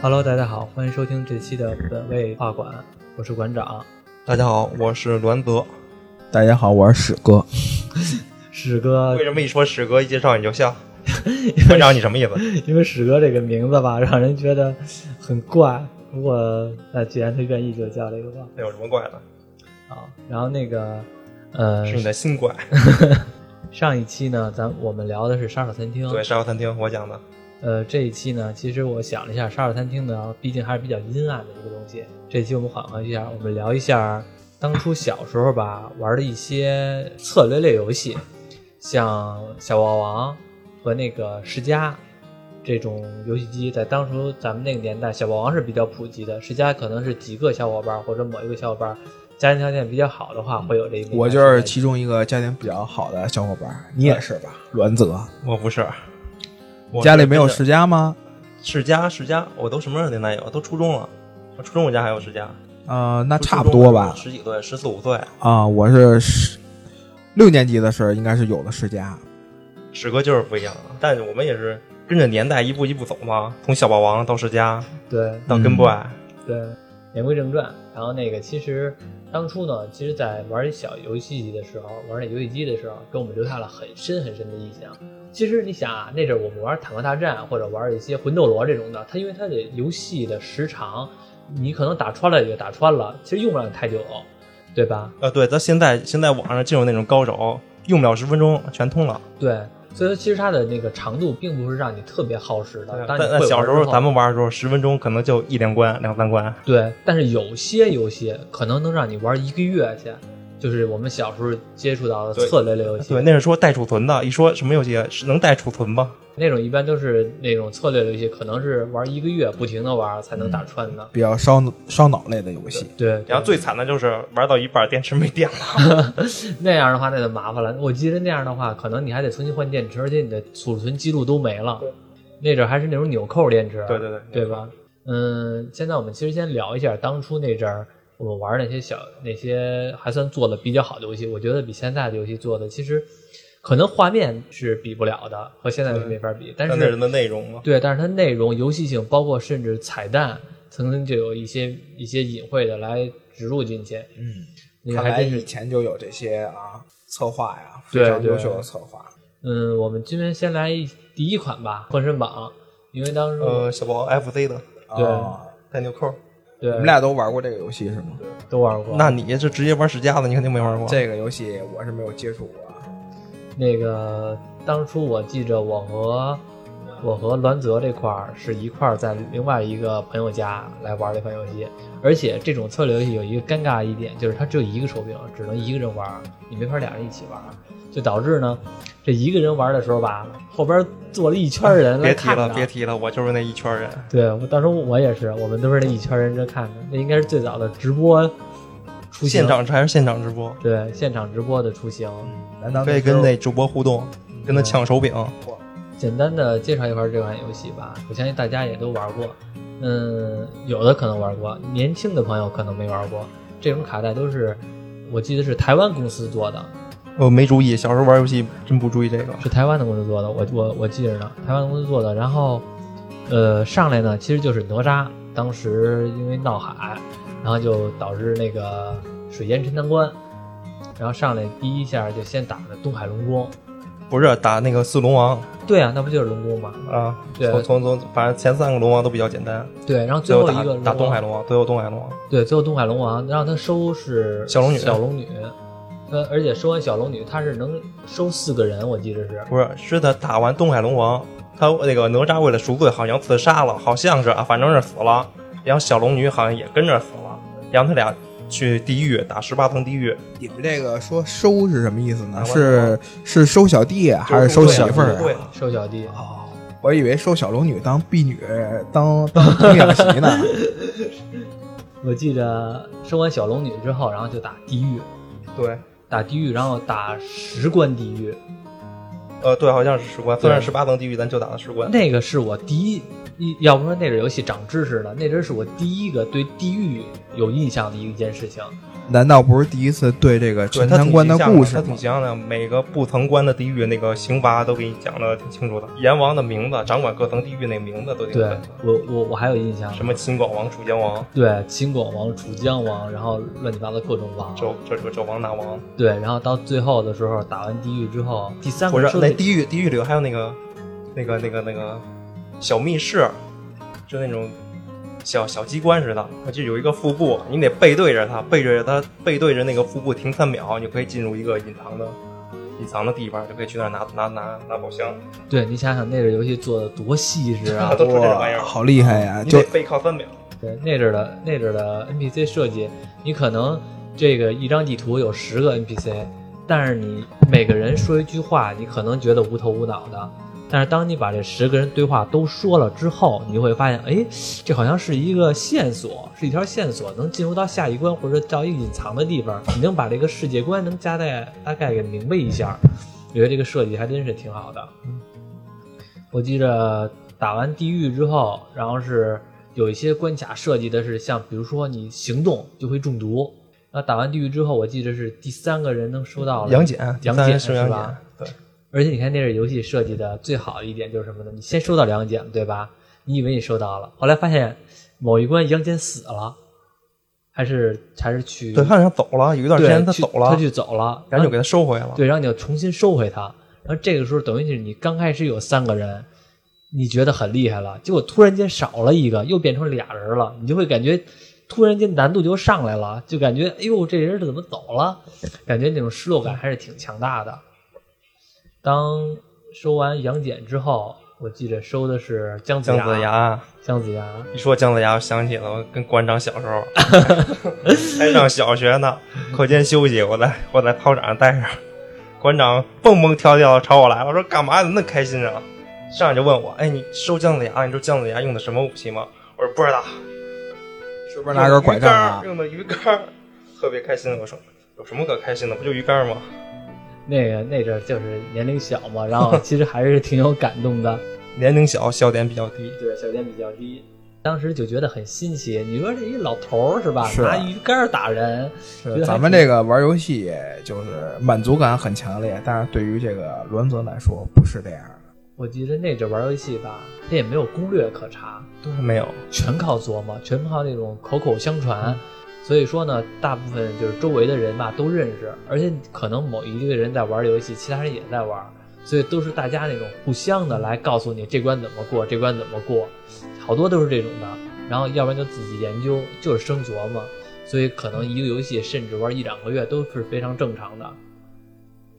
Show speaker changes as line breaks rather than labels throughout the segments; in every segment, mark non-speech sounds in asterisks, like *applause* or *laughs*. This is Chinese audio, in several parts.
Hello，大家好，欢迎收听这期的本位画馆，我是馆长。
大家好，我是栾泽。
大家好，我是史哥。
史
呃
哥
为，什么一说史哥一介绍你就
*laughs*
笑？馆长，你什么意思？
因为史哥这个名字吧，让人觉得很怪。不过，那既然他愿意，就叫这个吧。
那有什么怪的？
啊，然后那个，呃，
是你的新怪。
嗯
上一期呢，咱我们聊的是杀手餐厅。
对，。沙河餐厅我讲的。
呃，这一期呢，其实我想了一下，杀手餐厅呢，毕竟还是比较阴暗的一个东西。这一期我们缓和一下，我们聊一下当初小时候吧玩的一些策略类游戏，像小霸王和那个世嘉这种游戏机，在当初咱们那个年代，小霸王是比较普及的，世嘉可能是几个小伙伴或者某一个小伙伴家庭条件比较好的话，会有这一部。
我就是其中一个家庭比较好的小伙伴，你也是吧？栾泽，
我不是，我
家里没有
世
世嘉吗？
世家世家，我都什么年代有？都初中了，我初中我家还有世家，
呃，那
都初
差不
中
多
了
吧。
十几岁，十四五岁。
啊，我是十六年级的时候，应该是有了世嘉。
史哥就是不一样了，但我们也是跟着年代一步一步走嘛，从小霸王到世家
对，
到
嗯
根 boy，
对，言归正传，然后那个其实当初呢，其实在玩小游戏机的时候，玩那游戏机的时候，给我们留下了很深很深的印象。其实你想啊，那阵儿我们玩《坦克大战》或者玩一些《魂斗罗》这种的，它因为它的游戏的时长，你可能打穿了也就打穿了，其实用不了太久，对吧？
呃，对，到现在现在网上进入那种高手，用不了十分钟全通了。
对，所以说其实它的那个长度并不是让你特别耗时的。当
啊呃但
你
但
会
小
玩
时
之
候
后
咱们玩的时候，十分钟可能就一两关、两三关。
对，但是有些游戏可能能让你玩一个月去，就是我们小时候接触到的
对
策略类游戏。
对，那是说带储存的。一说什么游戏啊是能带储存吗？
那种一般都是那种策略游戏，可能是玩一个月不停的玩才能打穿的。
比较烧脑烧脑类的游戏。
对，
嗯然后最惨的就是玩到一半电池没电了。
那样的话那就麻烦了。我记得那样的话，可能你还得重新换电池，而且你的储存记录都没了
对。
那阵儿还是那种纽扣电池，啊
对对对
对吧？嗯，现在我们其实先聊一下当初那阵儿我们玩那些小那些还算做的比较好的游戏，我觉得比现在的游戏做的其实可能画面是比不了的，和现在
嗯
是没法比，但
那
是
那人的内容嘛，
对，但是它内容、游戏性，包括甚至彩蛋，曾经就有一些一些隐晦的来植入进去。
嗯，
那个
看
还
来
真
以
是，
前就有这些啊策划呀，
对
非常
对
优秀的策划。
嗯，我们今天先来一第一款吧，《幻神榜》，因为当时我、
呃，小霸王 FC 的
对
啊
带纽扣。
对
你们俩都玩过这个游戏是吗？
都玩过。
那你是直接玩世嘉的，你肯定没玩过。
这个游戏我是没有接触过啊。
那个当初我记着我和我和栾泽这块儿是一块儿在另外一个朋友家来玩这款游戏，而且这种策略游戏有一个尴尬一点，就是它只有一个手柄，只能一个人玩儿，你没法俩人一起玩儿，就导致呢，这一个人玩儿的时候吧，后边坐了一圈儿人来
别提
看着、
了，别提了，我就是那一圈人。
对我当时我也是，我们都是那一圈人在看着，那应该是最早的直播出行
现场嗯还是现场直播，
对现场直播的出行。
难道
可以跟那主播互动，跟他抢手柄。
简单的介绍一块这款游戏吧，我相信大家也都玩过，嗯，有的可能玩过，年轻的朋友可能没玩过。这种卡带都是，我记得是台湾公司做的，
我没注意，小时候玩游戏真不注意这个。
是台湾的公司做的，我我我记着呢，台湾公司做的。然后，呃，上来呢其实就是哪吒，当时因为闹海，然后就导致那个水淹陈塘关，然后上来第一下就先打的东海龙宫，
不是打那个四龙王
对啊，那不就是龙宫吗？
啊？
对
从从从，反正前三个龙王都比较简单，
对，然后最
最
后
后
一
打
个
打
龙
东
王
海龙王，最后东海龙王。
对，最后东海龙王让他收是
小龙女
小龙女，呃，而且收完小龙女，他是能收四个人，我记着是。
不是，是他打完东海龙王，他那个哪吒为了赎罪，好像自杀了，好像是啊，反正是死了。然后小龙女好像也跟着死了，然后他俩去地狱打十八层地狱，
你们这个说收是什么意思呢？
啊
是是收小弟啊还是收媳妇儿
对
啊？
啊
收小弟，
哦，我以为收小龙女当婢女当当童养媳
*laughs*
呢。
我记着收完小龙女之后，然后就打地狱，
对，
打地狱，然后打十关地狱，
呃，对，好像是十关，虽然
对
十八层地狱，咱就打了十关。
那个是我第一，一要不说那阵儿游戏长知识了，那阵儿是我第一个对地狱有印象的一件事情。
难道不是第一次对这个
对
陈
他
塘
挺
关的
形象
故事
他
吗
挺？形象的。每个不层关的地狱那个刑罚都给你讲的挺清楚的，阎王的名字，掌管各层地狱那名字都挺清
对
楚。
我我我还有印象，
什么秦广王、楚江王、
对秦广王、楚江王，然后乱七八糟各种王，
纣这这纣王、大王，
对，然后到最后的时候打完地狱之后，第三
不
个
是
说
那
的
地狱地狱里头还有那个那个那个那个小密室，就那种小小机关似的。我记得有一个腹部，你得背对着它，背对着它，背对着那个腹部停三秒，你就可以进入一个隐藏的隐藏的地方，就可以去那儿拿拿拿拿宝箱。，
对你想想那阵游戏做的多细致啊
都出这种玩意
哇，
儿，嗯
好厉害呀！
你得
就
背靠三秒。
对那阵儿的那阵儿的 NPC 设计，你可能这个一张地图有十个 NPC，但是你每个人说一句话，你可能觉得无头无脑的。但是当你把这十个人对话都说了之后，你就会发现，哎，这好像是一个线索，是一条线索，能进入到下一关或者到一个隐藏的地方，你能把这个世界观能加在大概给明白一下。我觉得这个设计还真是挺好的。我记着打完地狱之后，然后是有一些关卡设计的是像，比如说你行动就会中毒。那打完地狱之后，我记得是第三个人能收到了
杨戬，啊
杨
当
戬
然是
是
杨
吧
戬，对，
而且你看那是游戏设计的最好的一点就是什么呢？你先收到两检，对吧？你以为你收到了，后来发现某一关杨戬死了，还是还是去
对他好像走了，有一段时
对
间他
去
走了
他，去走了，
然后就给他收回来了。
对，然后你要重新收回它。然后这个时候等于是你刚开始有三个人，你觉得很厉害了，结果突然间少了一个，又变成俩人了，你就会感觉突然间难度就上来了，就感觉哎呦这人怎么走了？感觉那种失落感还是挺强大的。当收完杨戬之后，我记得收的是姜子
姜
牙，
子牙，
姜子牙，
一说姜子牙，我想起了我跟馆长小时候，还上小学呢，课间休息，我在我在操场上待着，馆长蹦蹦跳跳朝我来了，我说干嘛呀？怎么那么开心啊？上来就问我，哎，你收姜子牙，你知道姜子牙用的什么武器吗？我说不知道，
是不是拿根拐杖啊？
用的鱼竿儿，特别开心。我说有什么可开心的？不就鱼竿儿吗？
那个那阵儿就是年龄小嘛，然后其实还是挺有感动的。
年龄小，笑点比较低。
对，小点比较低。当时就觉得很新奇，你说这一老头儿是吧？
是
拿鱼竿儿打人，觉得还
咱们这个玩游戏，就是满足感很强烈，但是对于这个栾泽来说不是这样的。
我记得那阵玩游戏吧，他也没有攻略可查，
对，没有，
全靠琢磨，全靠那种口口相传。所以说呢，大部分就是周围的人吧都认识，而且可能某一个人在玩游戏，其他人也在玩，所以都是大家那种互相的来告诉你这关怎么过，这关怎么过，好多都是这种的。然后要不然就自己研究，就是生琢磨，所以可能一个游戏甚至玩一两个月都是非常正常的。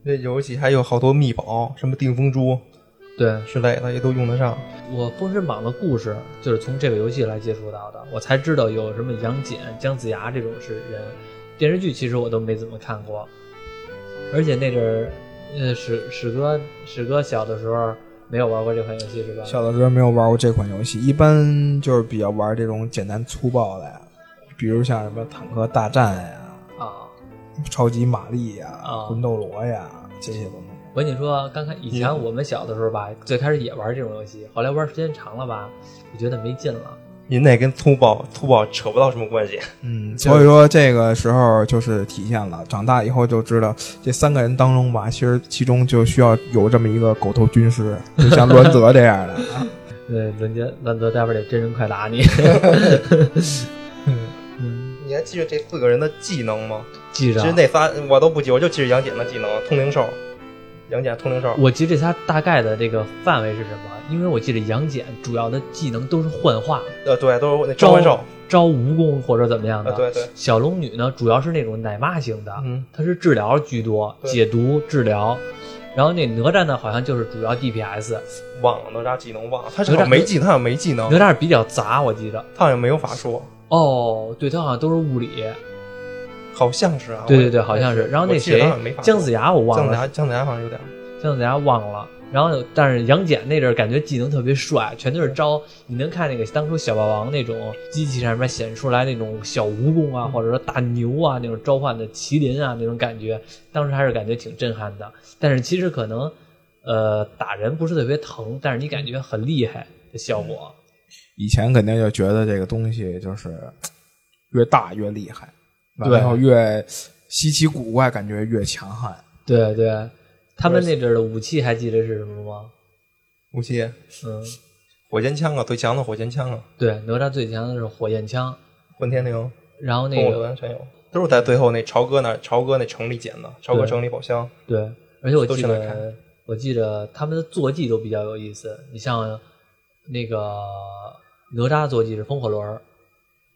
这游戏还有好多秘宝，什么定风珠
对
之类的，也都用得上。
我《封神榜》的故事就是从这个游戏来接触到的，我才知道有什么杨戬、姜子牙这种是人。电视剧其实我都没怎么看过，而且那阵儿，呃，史史哥史哥小的时候没有玩过这款游戏是吧？
小的时候没有玩过这款游戏，一般就是比较玩这种简单粗暴的呀，比如像什么坦克大战呀、
啊，
超级玛丽呀、
啊
魂斗罗呀这些东西。
我跟你说，刚开以前我们小的时候吧，最开始也玩这种游戏，后来玩时间长了吧，我觉得没劲了。
您那跟粗暴粗暴扯不到什么关系。
嗯，所以说这个时候就是体现了，长大以后就知道这三个人当中吧，其实其中就需要有这么一个狗头军师，就像栾泽这样 *laughs* 的。啊
对，伦杰伦泽待会儿得真人快打你。 *laughs* 嗯，
*laughs* 你还记得这四个人的技能吗？
记
其
着啊。
实那仨我都不记，我就记着杨戬的技能，通灵兽。杨戬通灵兽，
我记得他大概的这个范围是什么？因为我记得杨戬主要的技能都是幻化，
呃，对，都是那召
招
唤兽，
招蜈蚣或者怎么样的。
呃，对对，
小龙女呢，主要是那种奶妈型的，
嗯，
她是治疗居多，
对
解毒治疗。然后那哪吒呢，好像就是主要 DPS。
忘了哪吒技能忘了，他
哪吒
好像没技，他好像没技能
哪，吒是比较杂，我记得。
他好像没有法术，
哦，对，他好像都是物理。
好像是啊，
对对
我
对，好像是。然后那
我记得他
谁
好像没法，术
姜子牙我忘
姜子
了，
牙姜子牙好像有点，
姜子牙忘了。然后，但是杨戬那阵儿感觉技能特别帅，全都是招。你能看那个当初小霸王那种机器上面显示出来那种小蜈蚣啊，或者说大牛啊那种召唤的麒麟啊那种感觉，当时还是感觉挺震撼的。但是其实可能，呃，打人不是特别疼，但是你感觉很厉害的效果。
以前肯定就觉得这个东西就是越大越厉害，
对
然后越呃稀奇古怪，感觉越强悍。
对对，他们那阵儿的武器还记得是什么吗？
武器
嗯，
火箭枪啊，最强的火箭枪啊，
对，哪吒最强的是火焰枪，
混天绫、
然后
风
那
火
个
轮全有，都是在最后那朝哥那儿朝哥那城里捡的，朝哥
对
城里宝箱。
对，而且我
都
记
是来看
得我记得他们的坐骑都比较有意思，你像那个哪吒坐骑是风火轮儿，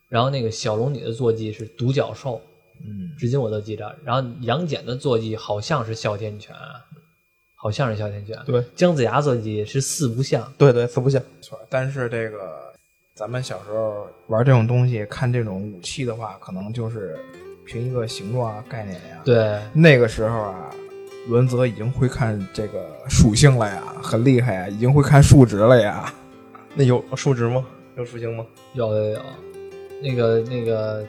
然后那个小龙女的坐骑是独角兽，
嗯，
至今我都记着。然后杨戬的坐骑好像是哮天犬，好像是哮天犬。
对，
姜子牙坐骑是四不像。
对对，四不像。
没错。但是这个咱们小时候玩这种东西，看这种武器的话，可能就是凭一个形状啊、概念呀、，
对，
那个时候啊，伦泽已经会看这个属性了呀，很厉害呀，已经会看数值了呀。
那有数值吗？有属性吗？
有有有，那个那个，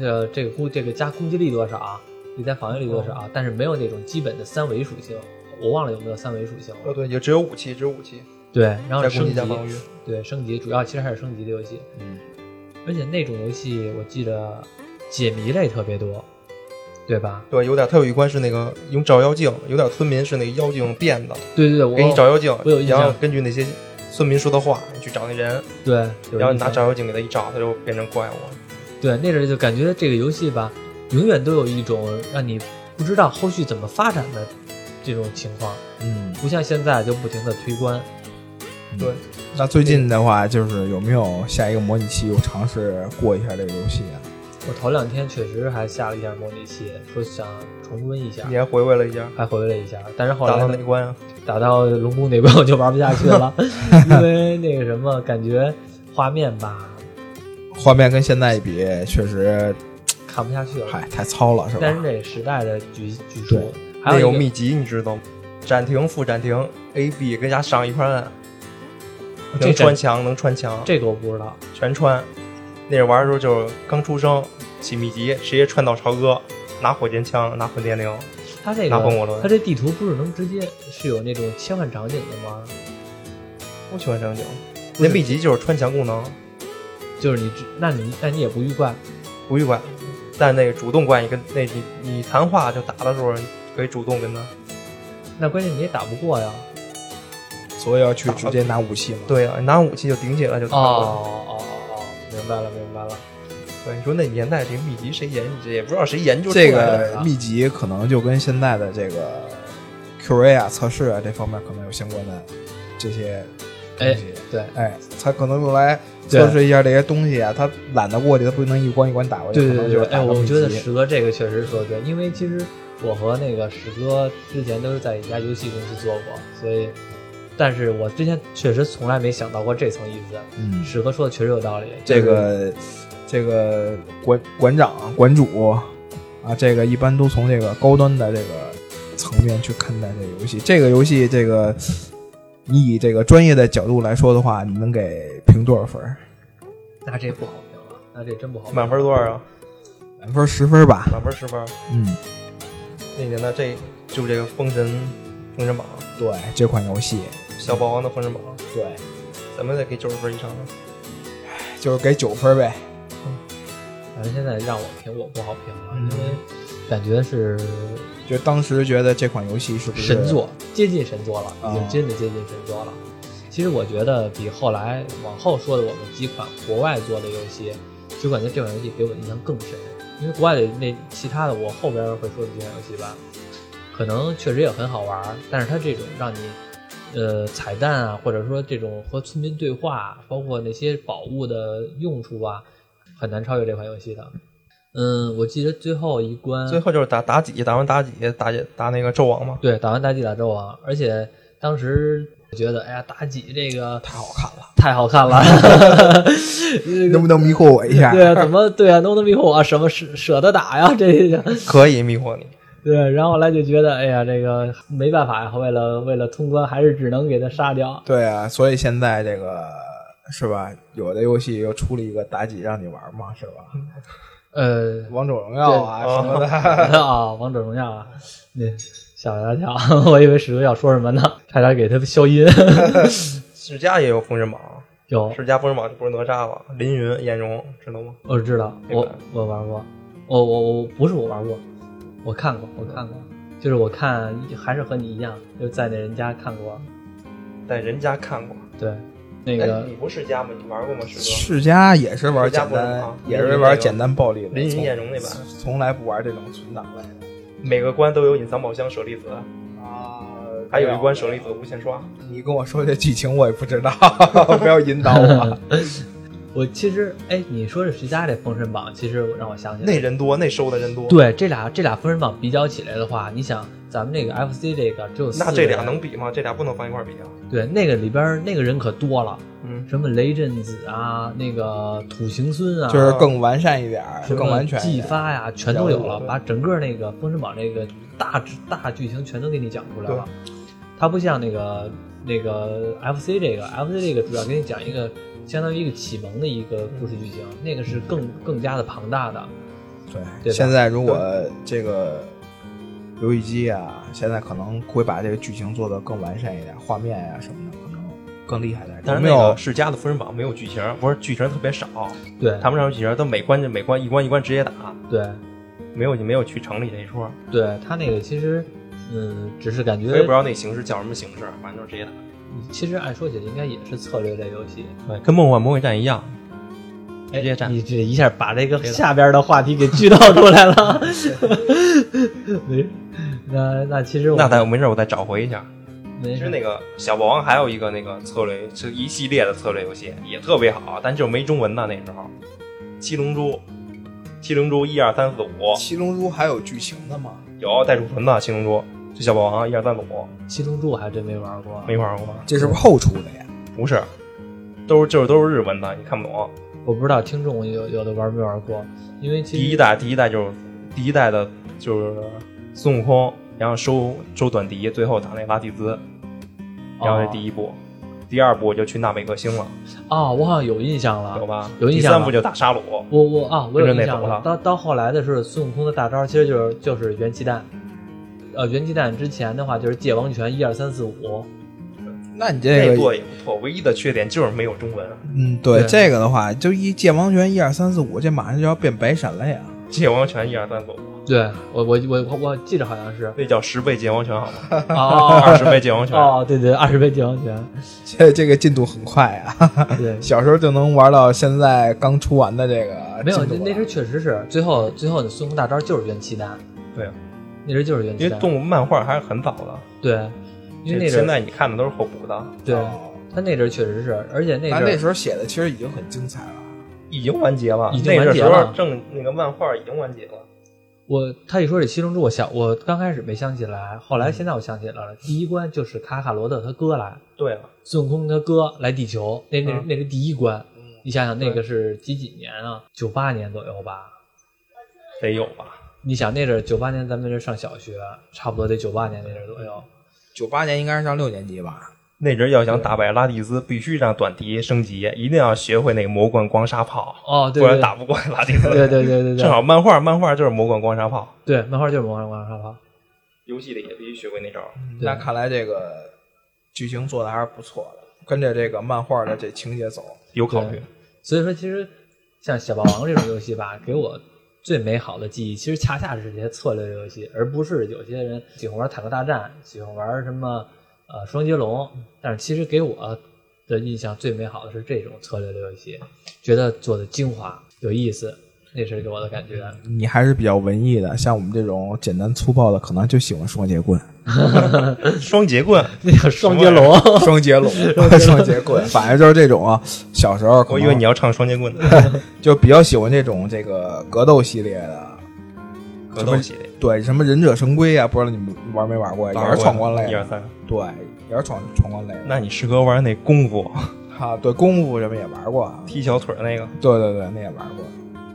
呃，这个攻这个加攻击力多少啊？你在防御力多少啊？
嗯
但是没有那种基本的三维属性，我忘了有没有三维属性了。啊
哦，对，也只有武器，只有武器，
对，然后
加攻
升
击
级
加，防御。
对升级主要其实还是升级的游戏，
嗯，
而且那种游戏我记得解谜类特别多，对吧？
对，有点，它有一关是那个用照妖镜，有点村民是那个妖精变的，
对对对，我
给你照妖镜
我有，印象
然后根据那些村民说的话，你去找那人，
对，有
然后
印
你拿
象
照妖镜给他一照，他就变成怪物了。
对，那阵儿就感觉这个游戏吧，永远都有一种让你不知道后续怎么发展的这种情况，
嗯，
不像现在就不停的推关。嗯
对，
那最近的话，就是有没有下一个模拟器又尝试过一下这个游戏啊？
我头两天确实还下了一下模拟器，说想重温一下
你，还回味了一下，
还回味了一下，但是后
打
来
到
呢
哪关啊？
打到龙宫那关我就玩不下去了，因为那个什么感觉画面吧
画面跟现在一比，确实，
看不下去了，
嗨，太糙了，是吧
但？是这时代的局局数
对，
还
那
有
有
一个
秘籍，你知道吗？暂停、副暂停，A、B 跟家上一块按，
这
能
个
穿墙，能穿墙，
这个我不知道，
全穿。那会儿玩的时候就是刚出生，起秘籍，直接穿到朝哥，拿火箭枪，拿混天绫，
它这
拿风
个
火轮
它。这地图不是能直接是有那种切换场景的吗？
我喜欢场景，那秘籍就是穿墙功能，
就是你只，那你那你也不愉快。
不愉快。但那个主动怪，你跟那你你谈话就打的时候，你可以主动跟他。
那关键你也打不过呀。
所以要去直接拿武器嘛。，
对啊，你拿武器就顶起来就打过来。
哦哦，明白了明白了。
对，你说那年代这个秘籍谁研究，也不知道谁研究出来
这
的
个秘籍可能就跟现在的这个 QA 啊、测试啊这方面可能有相关的这些东
哎
西。
对
哎，它可能用来测试一下这些东西啊，它懒得过去，它不能一关一关打过去，
对
可
对
能
对
就是
对，
打
哎，
个
我
秘
觉得
籍
石哥这个确实说的对，因为其实我和那个石哥之前都是在一家游戏公司做过，所以，但是我之前确实从来没想到过这层意思。
嗯，
史哥说的确实有道理，就
这
是
个这个馆馆长、馆主啊，这个一般都从这个高端的这个层面去看待这个游戏。这个游戏，这个你以这个专业的角度来说的话，你能给评多少分儿？
那这不好评了，那这真不好评。
满分多少啊？
满分十分吧。
满分十分。
嗯，
那年代这就这个封神，封神榜，
对这款游戏，
小霸王的封神榜，
对，
咱们得给九十分以上的。
就是给九分呗。
反正现在让我评，我不好评了，
嗯
因为感觉是
就当时觉得这款游戏是不是
神？作，接近神作了，已
啊
经真的接近神作了。其实我觉得比后来往后说的我们几款国外做的游戏，就感觉这款游戏给我印象更深，因为国外的那其他的我后边会说的几款游戏吧，可能确实也很好玩儿，但是它这种让你。呃，彩蛋啊，或者说这种和村民对话啊，包括那些宝物的用处啊，很难超越这款游戏的。嗯，我记得最后一关，
最后就是打妲己，打完妲己，打打那个纣王嘛。
对，打完妲己打纣王，而且当时我觉得，哎呀，妲己这个
太好看了，
太好看了，这个
能不能迷惑我一下？
对啊，怎么对啊，能不能迷惑我啊？什么舍舍得打呀？这个
可以迷惑你。
对，然后后来就觉得，哎呀，这个没办法呀，为了为了通关，还是只能给他杀掉。
对啊，所以现在这个是吧？有的游戏又出了一个妲己让你玩嘛，是吧？
呃， *laughs*
王者荣耀啊
对
什么的，
啊，王者荣耀啊，那吓我一大跳， *laughs* 我以为史哥要说什么呢，差点给他消音。 *laughs*
世嘉也有封神榜，啊
有，
世嘉封神榜就不是哪吒了，凌云、颜容，知道吗？
呃我知道，
对吧
我我玩过，我我我不是我玩过，我看过，我看过，
嗯
就是我看还是和你一样，就在那人家看过，
在人家看过。
对，那
哎
个
你不世家吗？你玩过吗？师
世嘉也是玩
世嘉
简
不能
单
啊，
也是玩简单暴力的，
哥，林云
从
夜容那版，
从来不玩这种存档类的。
每个关都有隐藏宝箱、舍利子，
啊，
还有一关舍利子无限刷。
你跟我说这剧情我也不知道， *laughs* 不要引导 *laughs* 我。
我其实哎，你说这十佳这封神榜，其实让我想起来
那人多，那收的人多。，
对这俩这俩封神榜比较起来的话，你想咱们这个 FC 这个只有四
那这
个
俩
人
能比吗？这俩不能放一块儿比啊。
对那个里边儿那个人可多了，
嗯，
什么雷震子啊，那个土行孙啊，
就是更完善一点儿，
什么
更完全一
技
点儿。
发呀，全都有
了
了，
解
把整个那个《封神榜》这个大致大剧情全都给你讲出来了。它不像那个那个 FC 这个 FC 这个主要给你讲一个相当于一个启蒙的一个故事剧情，那个是更更加的庞大的。对
对，
吧
现在如果这个游戏机啊，现在可能会把这个剧情做得更完善一点，画面呀、什么的可能更厉害点。
但
有
是
没
那个
有
世嘉的封神榜没有剧情，不是剧情特别少，
对，
谈不上有剧情，都每关就每关一关一关直接打，
对
没有没有去城里这一说。
对，它那个其实嗯，只是感
我也
觉
不知道那形式叫什么形式，反正就是直接打。
其实按说起来应该也是策略类游戏。
对，跟梦幻魔鬼战一样，
哎
直接战
你这一下把这个下边的话题给剧透出来
*laughs*
了。 *laughs* 没，那那其实我
那咱没事，我再找回一下。
没
其
事
实那个小霸王还有一个那个策略，是一系列的策略游戏，也特别好，但就是没中文呢。那时候，七龙珠，七龙珠一二三四五
七龙珠还有剧情的吗？
有带储存的七龙珠，这小霸王一二三四五
七龙珠我还真没玩过，
没玩过吧？
这是不是后出的呀？
不是，都是就是都是日文的，你看不懂。
我不知道听众有有的玩没玩过，因为其实
第一代第一代就是第一代的就是孙悟空，然后收收短笛，最后打那拉蒂兹，然后这第一部。第二部就去纳美克星了，
哦，我好像有印象了
有，吧？
有印
第
象了
三部就打沙鲁，
我我啊，我有
就是那
印象
种了
到到后来的是孙悟空的大招，其实就是就是元气弹。呃，元气弹之前的话就是界王拳一二三四五，
那你
那
这
做
个，
也不错，唯一的缺点就是没有中文。
嗯，对
对
这个的话，就一界王拳一二三四五，这马上就要变白闪类啊！
界王拳一二三四五，
对我我我我我记着好
*laughs*
像是
那叫十倍界王拳好吗？
哦
二十倍界王拳，
哦，对对，二十倍界王拳，
这这个进度很快
*laughs*
啊， *laughs*
对，
小时候就能玩到现在刚出完的这个
没有，
进
那
度了
那时候确实是最后最后的孙悟空大招就是元气弹，
对啊，
那时候哦就是元气
因为
弹，
动物漫画还是很早的，
对，因为那阵
现
儿
在你看的都是后补的，
对
哦
他那阵儿确实是，而且那阵
但
儿
那时候写的其实已经很精彩了。
已经完结了，
已经完
那
结
时
了
候正那个漫画已经完结了，
我他一说这七龙珠，我想我刚开始没想起来，后来现在我想起来了。第一关就是卡卡罗特他哥来，
对啊，
孙悟空他哥来地球，那那
嗯
那是第一关。你想想，
对
那个是几几年啊？九八年左右吧。
得有吧？
你想那阵九八年，咱们这上小学，差不多得九八年那阵左右。
九八年应该是上六年级吧？
那阵要想打败拉蒂兹，必须让短笛升级，一定要学会那个魔棍光沙炮，
哦，对
不然
对
打不过拉蒂兹。
对对对对对
*laughs* 正
对，
好漫画漫画就是魔棍光沙炮，
对漫画就是魔幻广场跑。
游戏里也必须学会那招。
对
那看来这个剧情做的还是不错的，跟着这个漫画的这情节走。
有考虑，
所以说，其实像小霸王这种游戏吧，给我最美好的记忆，其实恰恰是这些策略游戏，而不是有些人喜欢玩坦克大战，喜欢玩什么呃双截龙。但是其实给我的印象最美好的是这种策略类游戏，觉得做的精华有意思，那是给我的感觉。
你还是比较文艺的，像我们这种简单粗暴的，可能就喜欢双截 *laughs* 棍、
*laughs* 双截棍，
那个双截龙，
双截龙、 *laughs* 双截棍，反正就是这种啊。小时候可
我以为
能
你要唱双截棍呢。
*laughs*
就比较喜欢这种这个格斗系列的，
格斗系列，
对，什么忍者神龟啊，不知道你们玩没玩过呀，也是闯关类
一二
的，
三，
对，也是闯闯关类的。
那你适合玩那功夫，
啊，对，功夫什么也玩过啊，
踢小腿儿那个。
对对对，那也玩过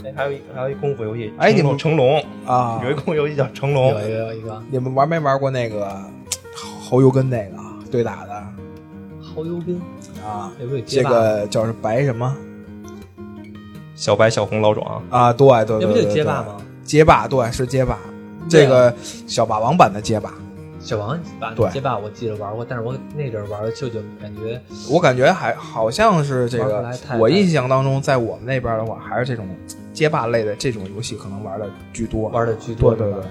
哎还有一还有一功夫游戏，
哎
成龙
你们
成龙
啊。
有一功夫游戏叫成龙
有，一个有一个
你们玩没玩过那个侯油根那个啊对打的
蚝油兵，
啊？
有没有街
这
霸？
个叫是白什么
小白、小红、老壮，
啊？对对
那
对
不
对，
就
对
街霸？吗？
街霸对是街霸，
对啊
这个小霸王版的街霸，
小王版
对
街霸我记得玩过，但是我那阵儿玩的舅舅感觉
我感觉还好像是这
玩不
个
来太，
我印象当中，在我们那边的话还是这种街霸类的这种游戏可能玩的居多。
玩的居多。
对对
是吧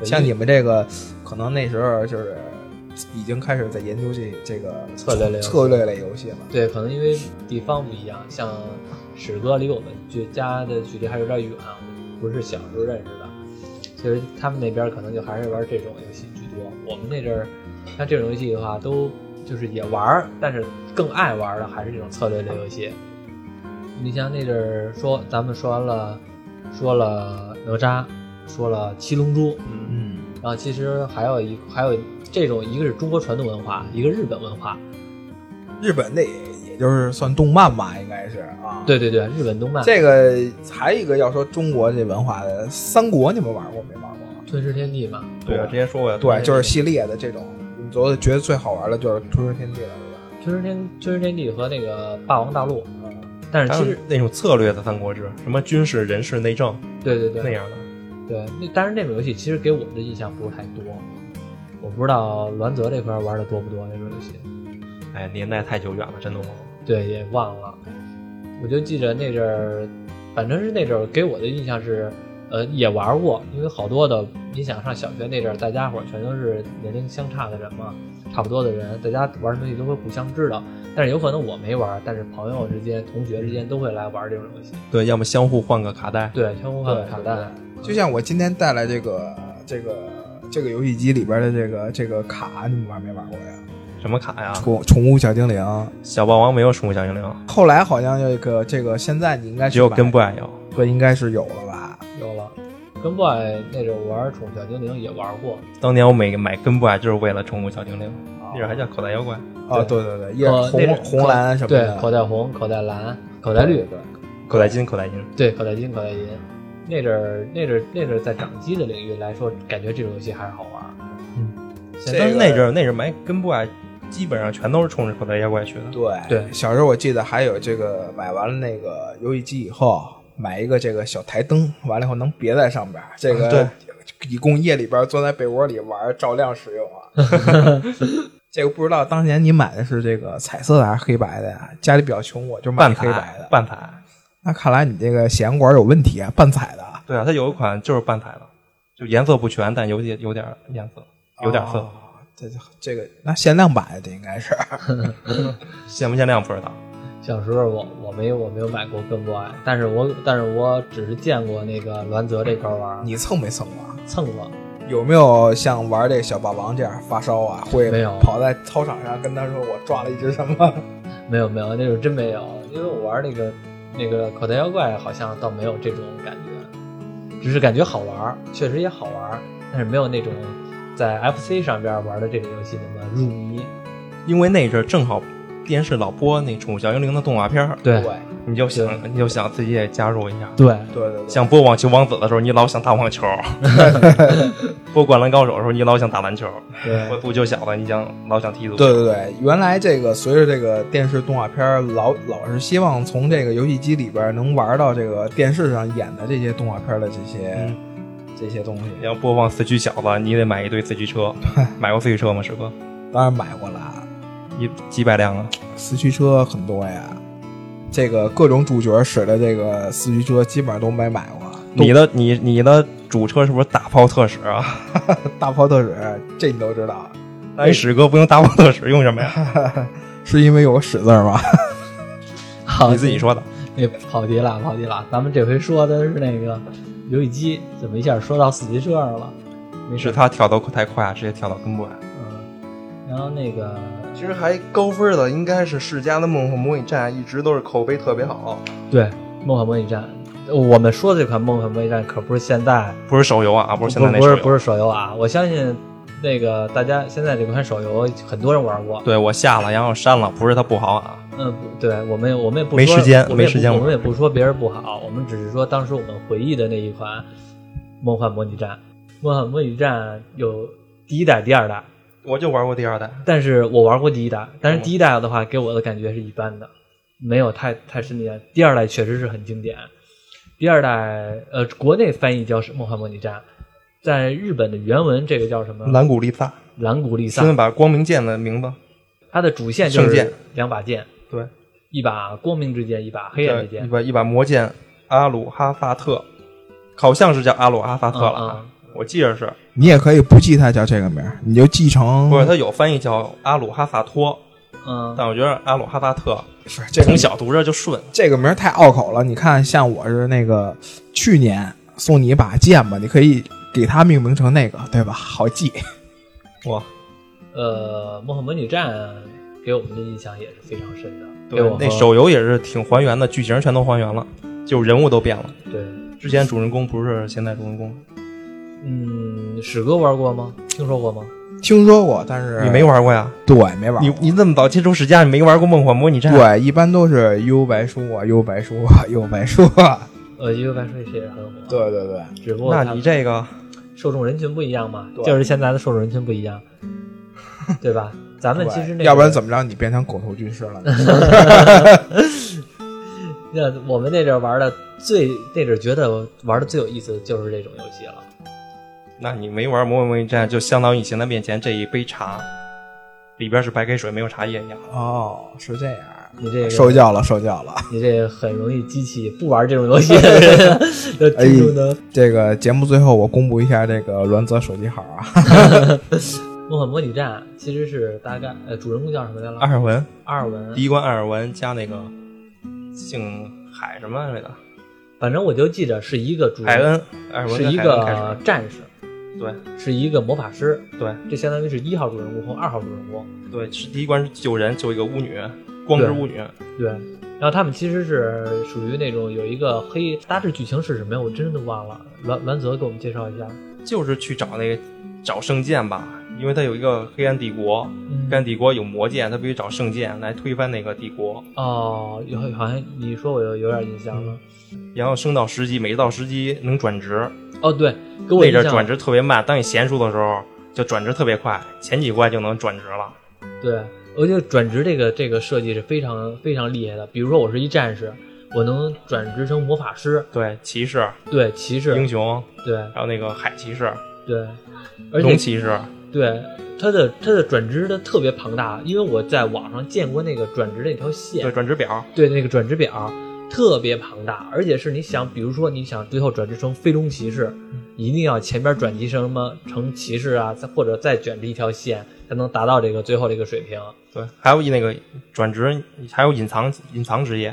对，像你们这个，可能那时候就是已经开始在研究这这个
策略类游戏
策略类游戏了。
对，可能因为地方不一样，像史哥离我们距家的距离还是有点远，不是小时候认识的，所以他们那边可能就还是玩这种游戏居多。我们那阵儿，像这种游戏的话，都就是也玩儿，但是更爱玩儿的还是这种策略类游戏。你像那阵儿说，咱们说完了，说了哪吒，说了七龙珠，
嗯，
嗯，
然后其实还有一还有这种，一个是中国传统文化，一个日本文化。
日本的也也就是算动漫吧，应该是啊。，
对对对，日本动漫。
这个还有一个要说中国这文化的三国，你们玩过没玩过？
吞噬天地嘛，
对啊我之前说过呀，
对，就是系列的这种，你们觉得觉得最好玩的就是《吞食天地》了，
《吞噬天吞噬天地》和那个《霸王大陆》，
是吧？嗯
但是
还
其
有
实
那种策略的三国志，什么军事、人事、内政
对对
那
对
样的。
对，那但是那种游戏其实给我们的印象不是太多。我不知道栾泽这块玩的多不多那种游戏，
哎，年代太久远了，真的忘了。
对，也忘了。我就记着那阵儿，反正是那阵儿给我的印象是，呃，也玩过，因为好多的，你想上小学那阵儿，大家伙儿全都是年龄相差的人嘛，差不多的人，大家玩什么游戏都会互相知道。但是有可能我没玩儿，但是朋友之间、同学之间都会来玩儿这种游戏。
对，要么相互换个卡带。
对，相互换个卡带。
就像我今天带来这个这个这个游戏机里边的这个这个卡，你们玩没玩过呀？
什么卡呀？
宠宠物小精灵。
小霸王没有宠物小精灵，
后来好像这个这个现在你应该是
只有
买
根部爱有。
对，应该是有了吧？
有了。跟 boy 那阵玩宠物小精灵也玩过，
当年我每买根部爱就是为了宠物小精灵，啊那阵还叫口袋妖怪。
啊，对对对，也
呃那
红
阵
红蓝什么
对
的，，
口袋红、口袋蓝、口袋绿，
口袋金，口袋银，
对，口袋金、口袋银。那阵儿，那阵儿，那阵儿在掌机的领域来说，感觉这种游戏还是好玩儿。
嗯，
现在
但是那阵儿那阵儿买根部爱，基本上全都是冲着口袋妖怪去的。
对
对
小时候我记得还有这个买完了那个游戏机以后，买一个这个小台灯，完了以后能别在上边儿，这个、
啊
以供夜里边钻在被窝里玩，照亮使用啊。
*laughs*
这个不知道当年你买的是这个彩色的还是黑白的呀？家里比较穷，我就买
半
黑白
彩，
的。
半彩。
那看来你这个显管有问题啊，半彩的啊
对啊，它有一款就是半彩的，就颜色不全，但有点有点颜色，有点色
哦。这这个那限量版的这应该是，
限不限量不知道。
小时候我我没有我没有买过跟 boy，但是我但是我只是见过那个栾泽这块儿玩儿，
你蹭没蹭啊？
蹭过。
有没有像玩这个小霸王这样发烧啊？会
没有
跑在操场上跟他说我抓了一只什么？
没有没有，那种真没有，因为我玩那个那个口袋妖怪好像倒没有这种感觉，只是感觉好玩，儿，确实也好玩，儿，但是没有那种在 FC 上边玩的这种游戏那么入迷。
因为那阵儿正好电视老播那《宠物小精灵》的动画片儿，
对
对
你就想你就想自己也加入一下。
对
*laughs* 对对，
像播《网球王子》的时候，你老想打网 *laughs* 球；播《灌篮高手》的时候，你老想打篮球；
对
播《足球小子》，你想老想踢足球。
对对对，原来这个随着这个电视动画片儿老老是希望从这个游戏机里边儿能玩到这个电视上演的这些动画片儿的这些、
嗯
这些东西，
你要播放四驱小子，你得买一堆四驱 *laughs* 车。买过四驱车吗，师哥？
当然买过了，
一几百辆啊！
四驱车很多呀，这个各种主角使的这个四驱车基本上都没买过，都
你的你你的主车是不是大炮特使啊？
大炮特使这你都知道，
那你史哥不用大炮特使，用什么 *laughs* 呀？
是因为有个使字儿吗？
好，
你自己说的。
那跑题了，跑题了。咱们这回说的是那个游戏机，怎么一下说到四驱车上了？没
是
事，
他跳得太快，直接跳到根部来。
嗯，然后那个
其实还高分的应该是世嘉的《梦幻模拟战》，一直都是口碑特别好。
对《梦幻模拟战》，我们说的这款《梦幻模拟战》可不是现在
不是手游啊，不是现在那
不
手
是
游。
不是手游啊，我相信那个大家现在这款手游很多人玩过，
对我下了，然后删了，不是它不好啊。
嗯，不对，我们我们也不说
没时间
我们也
没
不
时间
我
玩
们也不说别人不好，我们只是说当时我们回忆的那一款《梦幻模拟战》。《梦幻模拟战》有第一代、第二代，
我就玩过第二代，
但是我玩过第一代，但是第一代的话给我的感觉是一般的，没有太太深的印象。第二代确实是很经典，第二代呃，国内翻译叫是《梦幻模拟战》，在日本的原文这个叫什么？
蓝谷丽萨，
蓝谷丽萨
顺，便把光明剑的名字，
它的主线就
圣剑
是两把剑，
对，
一把光明之剑，一把黑暗之
一
剑。
把一把魔剑，阿鲁哈萨特，好像是叫阿鲁哈萨特了，啊
嗯，
我记着是，
你也可以不记它叫这个名儿，你就记成
或者它有翻译叫阿鲁哈萨托，
嗯，
但我觉得阿鲁哈萨特
是这个
从小读着就顺。
这个名儿太拗口了。你看，像我是那个去年送你一把剑吧，你可以给它命名成那个，对吧？ *laughs* 好记。
哇，
呃，《魔幻魔女战》给我们的印象也是非常深的，给
对
我，
那
首
手游也是挺还原的，剧情全都还原了，就人物都变了。
对，
之前主人公不是现在主人公，
嗯，史哥玩过吗？听说过吗？
听说过，但是
你没？玩过呀？
对，没玩
你
过。
你这么早接触世嘉，你没玩过《梦幻模拟战》？
对，一般都是幽白书啊，幽白书啊，幽白书啊。 *laughs*
呃，因为白说也是很火，，
对对对，
只不过
那
它
你这个
受众人群不一样嘛，
对
就是现在的受众人群不一
*laughs*
样，对吧？咱们其实那
要不然
么？
怎么着你变成狗头军师了呢？
*laughs* 那我们那阵儿玩的最那阵儿觉得玩的最有意思的就是这种游戏了。
那你没玩《魔幻模拟战》，就相当于你现在面前这一杯茶，里边是白开水，没有茶叶一样。
哦，是这样。
你这个
受教了，受教了。
你这个很容易激起不玩这种游戏
*laughs*
的人的
哎
听众的。
这个节目最后我公布一下这个栾泽手机号啊，
梦幻模拟战其实是大概呃，主人公叫什么来
阿
了？
尔文，
阿尔文
第。一关阿尔文加那个姓海什么来着？
反正我就记着是一个主人
海恩，阿尔文
是
跟
一
海恩开始
个战士，
对
是一个魔法师，
对
这相当于是一号主人公和二号主人公。
对，是第一关是救人，救一个巫女，光之巫女。
对，然后他们其实是属于那种有一个黑，大致剧情是什么呀？我真的忘了。栾栾泽给我们介绍一下。
就是去找那个找圣剑吧，因为它有一个黑暗帝国，
嗯
黑暗帝国有魔剑，他必须找圣剑来推翻那个帝国。
哦，有好像你说我有有点印象了。
然后升到十级，每到十级能转职，
哦，对，给我
嗯那
印
阵
象
儿转职特别慢，当你娴熟的时候就转职特别快，前几关就能转职了。
对，我觉得转职这个这个设计是非常非常厉害的。比如说我是一战士，我能转职成魔法师，
对，骑士、
对骑士，
英雄，
对
还有那个海骑士、
对，而
龙
且
骑士，
对它的它的转职的特别庞大，因为我在网上见过那个转职那条线
对，，转职表，
对那个转职表特别庞大，而且是你想，比如说你想最后转职成飞龙骑士，
嗯
一定要前边转职成什么成骑士啊，再或者再卷着一条线，才能达到这个最后这个水平。
对，还有一那个转职，还有隐藏隐藏职业，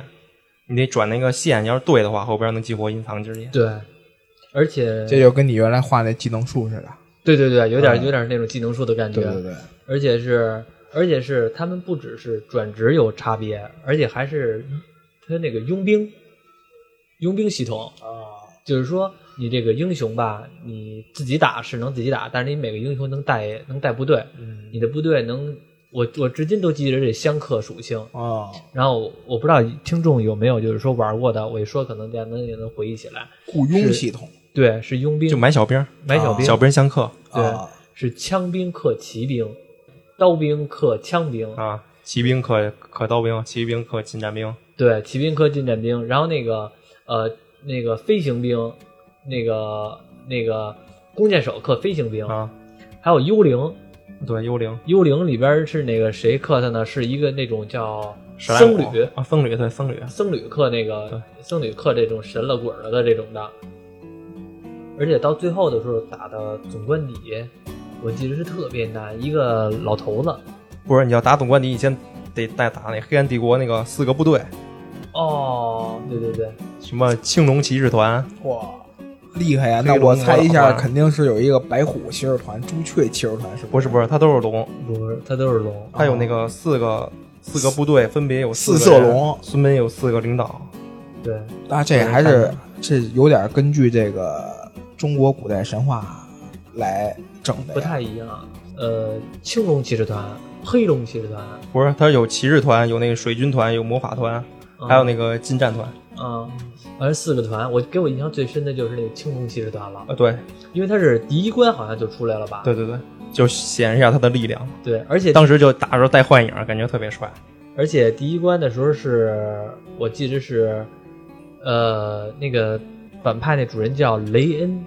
你得转那个线，要是对的话，后边能激活隐藏职业。
对，而且
这就跟你原来画那技能树似的。
对对对，有点、
嗯
有点那种技能树的感觉，
对对对，
而且是而且是他们不只是转职有差别，而且还是他那个佣兵佣兵系统，
啊，
就是说你这个英雄吧，你自己打是能自己打，但是你每个英雄能带能带部队，
嗯
你的部队能我我至今都记着这相克属性。
啊，
然后我不知道听众有没有就是说玩过的，我一说可能大家能也能回忆起来。
雇佣系统
对，是佣兵
就买小兵儿，
买小
啊
兵，
小兵相克
对
啊，
是枪兵克骑兵，刀兵克枪兵，
啊，骑兵克克刀兵，骑兵克近战兵。
对，骑兵克近战兵，然后那个呃那个飞行兵，那个那个弓箭手克飞行兵，
啊，
还有幽灵，
对，幽灵、
幽灵里边是那个谁克他呢？是一个那种叫
史莱姆
僧侣，
啊，僧侣对僧侣，
僧侣克那
对
个僧侣克这种神了鬼了的这种的，而且到最后的时候打的总官底，我记得是特别难，一个老头子。
不是你要打总冠军，你先得再打那黑暗帝国那个四个部队，
哦，对对对，
什么青龙骑士团，
哇，厉害呀！
黑
那
龙
我猜一
我
下，
老了
肯定是有一个白虎骑士团、朱雀骑士团，是
不
是
是不是，它都是
哦
龙，
不是，他都是龙。
它有那个四个四个部队，分别有
四
个
色
人
龙
分别有四个领导，
对，
啊，这还是这有点根据这个中国古代神话来整的呀，
不太一样。呃，青龙骑士团、黑龙骑士团，
不是它有骑士团，有那个水军团，有魔法团，
哦
嗯
还有那个近战团，
啊，反正四个团，我给我印象最深的就是那个青龙骑士团了，
啊对
因为他是第一关好像就出来了吧？
啊
对对对，就显示一下它的力量。
对，而且
当时就打的时候带幻影，感觉特别帅。
而且第一关的时候是我记得是，呃，那个反派那主人叫雷恩，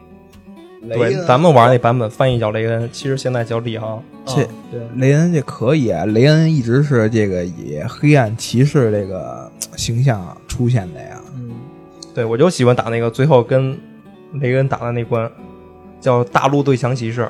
雷啊
对，
恩。
咱们玩那版本翻译叫雷恩，其实现在叫利昂。
这
啊对
雷恩这可以啊，雷恩一直是这个以黑暗骑士这个呃形象出现的呀。
嗯，
对我就喜欢打那个最后跟雷恩打的那关，叫大陆对强骑士，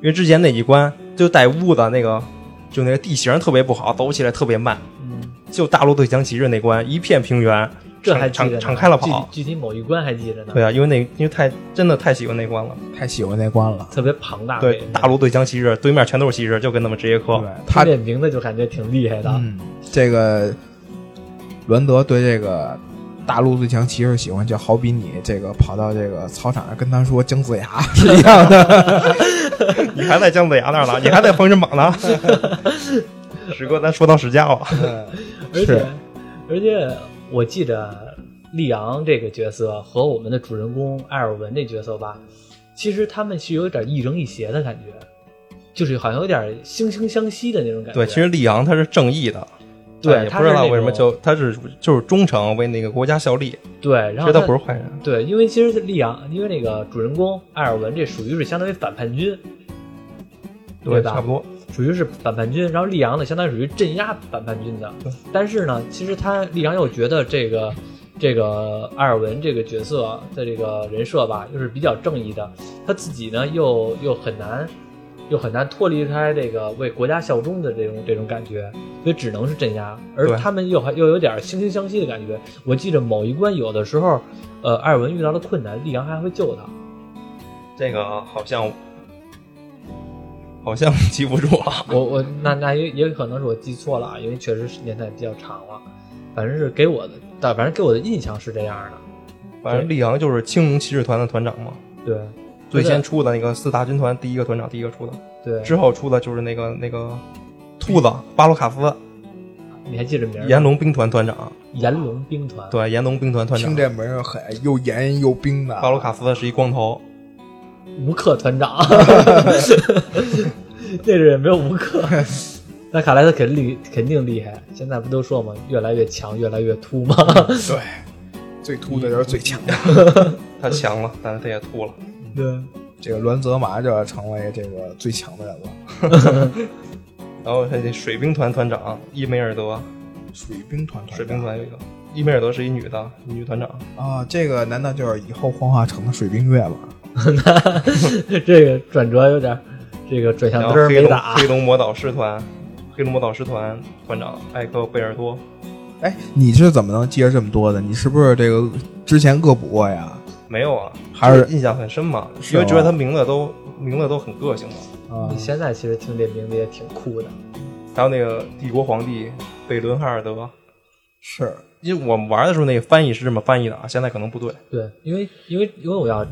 因为之前那几关就带屋子那个，就那个地形特别不好，走起来特别慢。
嗯，
就大陆对强骑士那关，一片平原，
这
敞
还记
敞
着呢
敞开了跑。
具体具体某一关还记着呢，
对啊，因为那因为太真的太喜欢那关了。
太喜欢那关了。
特别庞大的一
对
个，
大陆对强骑士对面全都是骑士，就跟他们直接
对
磕。，
他
听这名字就感觉挺厉害的，
嗯，这个伦德对这个大陆最强骑士喜欢，就好比你这个跑到这个操场上跟他说姜子 *laughs* 牙是一样的。
你还在姜子牙那儿呢，你还在封神
*laughs*
榜呢。史哥，咱说到史家吧。 *laughs*
而
是
且而且我记着利昂这个角色和我们的主人公艾尔文这角色吧，其实他们是有点亦正亦邪的感觉，就是好像有点惺惺相惜的那种感觉。
对，其实利昂他是正义的，
对
哎也
他
不知
是
道
那
为什么
种
就他是就是忠诚为那个国家效力，
对，然
其
后
实他
他
不是坏人。
对，因为其实利昂，因为那个主人公艾尔文这属于是相当于反叛军，对吧
差不多。
属于是反叛军，然后利昂呢，相当于属于镇压反叛军的
对。
但是呢，其实他利昂又觉得这个这个艾尔文这个角色的这个人设吧，又是比较正义的，他自己呢又又很难又很难脱离开这个为国家效忠的这种这种感觉，所以只能是镇压。而
对
他们又还又有点惺惺相惜的感觉。我记得某一关有的时候，呃，艾尔文遇到了困难，利昂还会救他。
这个好像好像 *laughs* 记不住啊了。
我我那那也也可能是我记错了啊，因为确实是年代比较长了，反正是给我的，但反正给我的印象是这样的。
反正利昂就是青龙骑士团的团长嘛，
对
最
对
先出的那个四大军团第一个团长，第一个出的，
对，
之后出的就是那个那个兔子巴洛卡斯
你还记着名儿吗？
炎龙兵团团长，
炎龙兵团。
对，炎龙兵团团
听
长。
这门儿很又严又冰的。
巴洛卡斯是一光头，
吴克团
*laughs*
长，那是没有吴
*laughs*
克。那卡莱特肯定厉肯定厉害，现在不都说嘛，越来越强，越来越秃吗？
对，最秃的就是最强的。
他强了，但是他也秃了。
对，
这个栾泽麻就要成为这个最强的人了。
然后他这水兵团团长伊梅尔德，
水兵团团
水兵团有一个伊梅尔德是一女的女团长，
啊，这个难道就是以后幻化成的水冰月吗？
这个转折有点儿，这个转向
然
灯
后
儿
黑
没
龙
打。
黑龙魔导师团，黑龙魔导师团团长艾克贝尔多，
哎，你是怎么能记着这么多的？你是不是这个之前恶补过呀？
没有啊，
还是
就印象很深嘛，
是
因为觉
吗
得他名字都名字都很个性嘛。
啊
你现在其实听这名字也挺酷的，
还有那个帝国皇帝贝伦哈尔德，
是
因为我们玩的时候那个翻译是这么翻译的啊，现在可能不对。
对，因为因为因为我要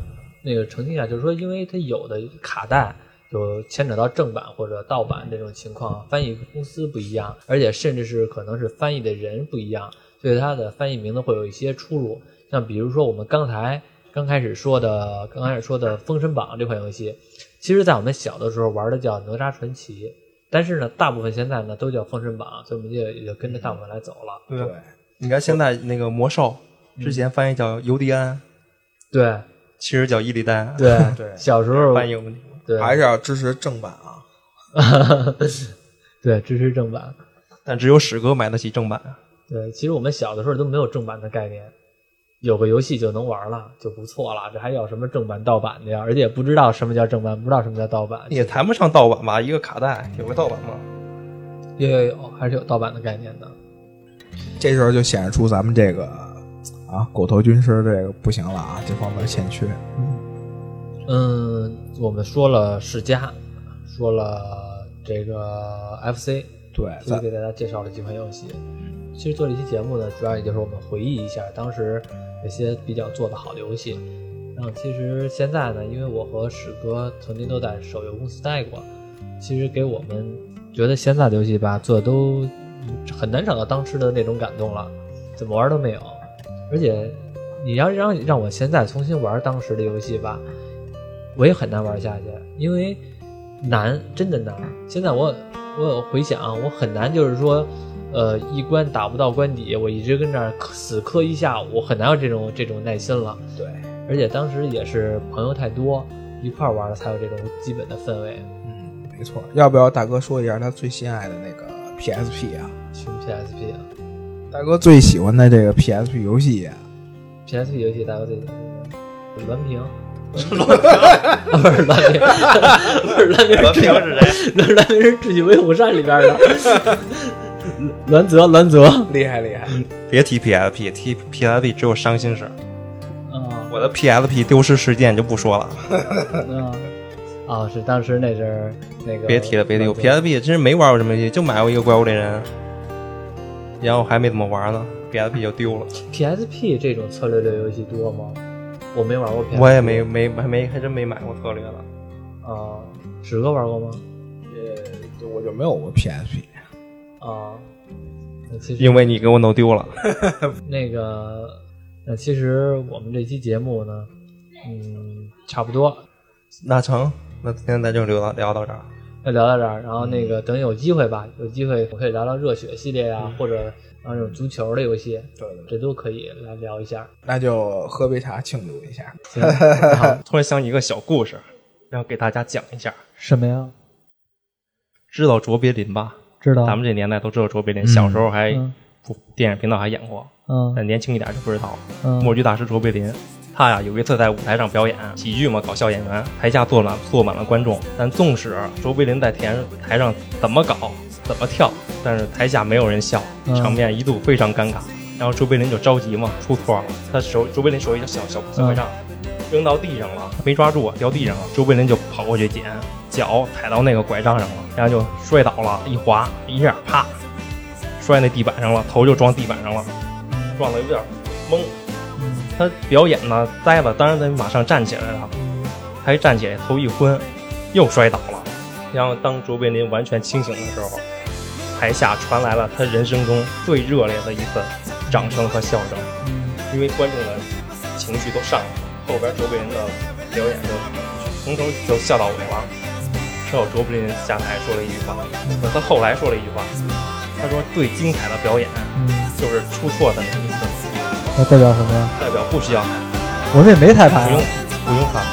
那个澄清一下，就是说，因为它有的卡带有牵扯到正版或者盗版这种情况，翻译公司不一样，而且甚至是可能是翻译的人不一样，所以它的翻译名字会有一些出入。像比如说我们刚才刚开始说的，刚开始说的《封神榜》这款游戏，其实在我们小的时候玩的叫《哪吒传奇》。但是呢，大部分现在呢都叫《封神榜》，所以我们就也就跟着大部分来走了。
对吧，你看现在那个魔兽
嗯
之前翻译叫尤迪安，
对
其实叫伊利丹，
对
对
小时候
翻译有问题。
对
还是要支持正版啊。
*laughs* 对，支持正版。
但只有史哥买得起正版啊。
对，其实我们小的时候都没有正版的概念，有个游戏就能玩了，就不错了。这还要什么正版盗版的呀？而且也不知道什么叫正版，不知道什么叫盗版，
也谈不上盗版吧，一个卡带有个盗版
*laughs*
吗？
有有有，还是有盗版的概念的。
这时候就显示出咱们这个啊狗头军师这个不行了啊，这方面欠缺。
嗯，我们说了世嘉，说了这个 FC，
对，
所以
咱
给大家介绍了几款游戏。其实做这期节目呢，主要也就是我们回忆一下当时有些比较做的好的游戏。然后其实现在呢，因为我和史哥曾经都在手游公司待过，其实给我们觉得现在的游戏吧，做的都很难找到当时的那种感动了，怎么玩都没有。而且你要让让我现在重新玩当时的游戏吧，我也很难玩下去，因为难，真的难。现在我我有回想，我很难就是说，呃，一关打不到关底，我一直跟这儿磕死磕一下午，我很难有这种这种耐心了。
对，
而且当时也是朋友太多，一块儿玩儿才有这种基本的氛围。
嗯，没错。要不要大哥说一下他最心爱的那个 PSP 啊？
什么 PSP 啊？
大哥最喜欢的这个 PSP 游戏啊，
PS 游戏大游戏蓝 *laughs* 屏，啊不是蓝屏，不是蓝屏，
蓝屏是谁？
*laughs* 蓝蓝屏是《智取威虎山》里边的 *laughs* 蓝泽，蓝泽啊
厉害厉害，
*laughs* 别提 PSP，提 PSP 只有伤心事儿。
啊
我的 PSP 丢失事件就不说了，
啊！是当时那阵儿那个
嗯别提了，别提了。我
蓝泽
PSP 真是没玩过什么游戏，就买过一个怪物猎人，然后还没怎么玩呢，PSP 就丢了。
PSP 这种策略类游戏多吗？我没玩过 PSP，
我也没没还没还真没买过策略了。
啊。史哥玩过吗？
呃，我就没有过 PSP，
啊，那其实
因为你给我弄丢了， *laughs*
那个，那其实我们这期节目呢，嗯，差不多
那成，那今天咱就聊到聊到这儿。
就聊到这儿。然后那个等有机会吧，有机会我可以聊聊热血系列啊，或者啊这种足球的游戏，
对对
这
对，
都可以来聊一下。
那就喝杯茶庆祝一下。
行，好
突然想起一个小故事，然后给大家讲一下。
什么呀？
知道卓别林吧？
知道
咱们这年代都知道卓别林，小时候还
啊嗯
不电影频道还演过，
嗯
但年轻一点就不知道了。
嗯
默剧大师卓别林，他呀有一次在舞台上表演喜剧嘛，搞笑演员，台下坐满坐满了观众。但纵使卓别林在台台上怎么搞怎么跳，但是台下没有人笑，
嗯
场面一度非常尴尬。然后卓别林就着急嘛，出错了，他手卓别林手一小小小拐杖扔到地上了，没抓住，啊掉地上了。卓别林就跑过去捡，脚踩到那个拐杖上了，然后就摔倒了，一滑一下啪摔那地板上了，头就撞地板上了，撞的有点懵。
嗯
他表演呢栽了，当然得马上站起来了。他一站起来，头一昏，又摔倒了。然后当卓别林完全清醒的时候，台下传来了他人生中最热烈的一次掌声和笑声，因为观众的情绪都上来了。后边卓别林的表演就从头就笑到尾了。之后卓别林下台说了一句话，他后来说了一句话，他说最精彩的表演
嗯，
就是出错的那一次，
那代表什么？
代表不需要台。
我们也没彩排啊
不用不用发。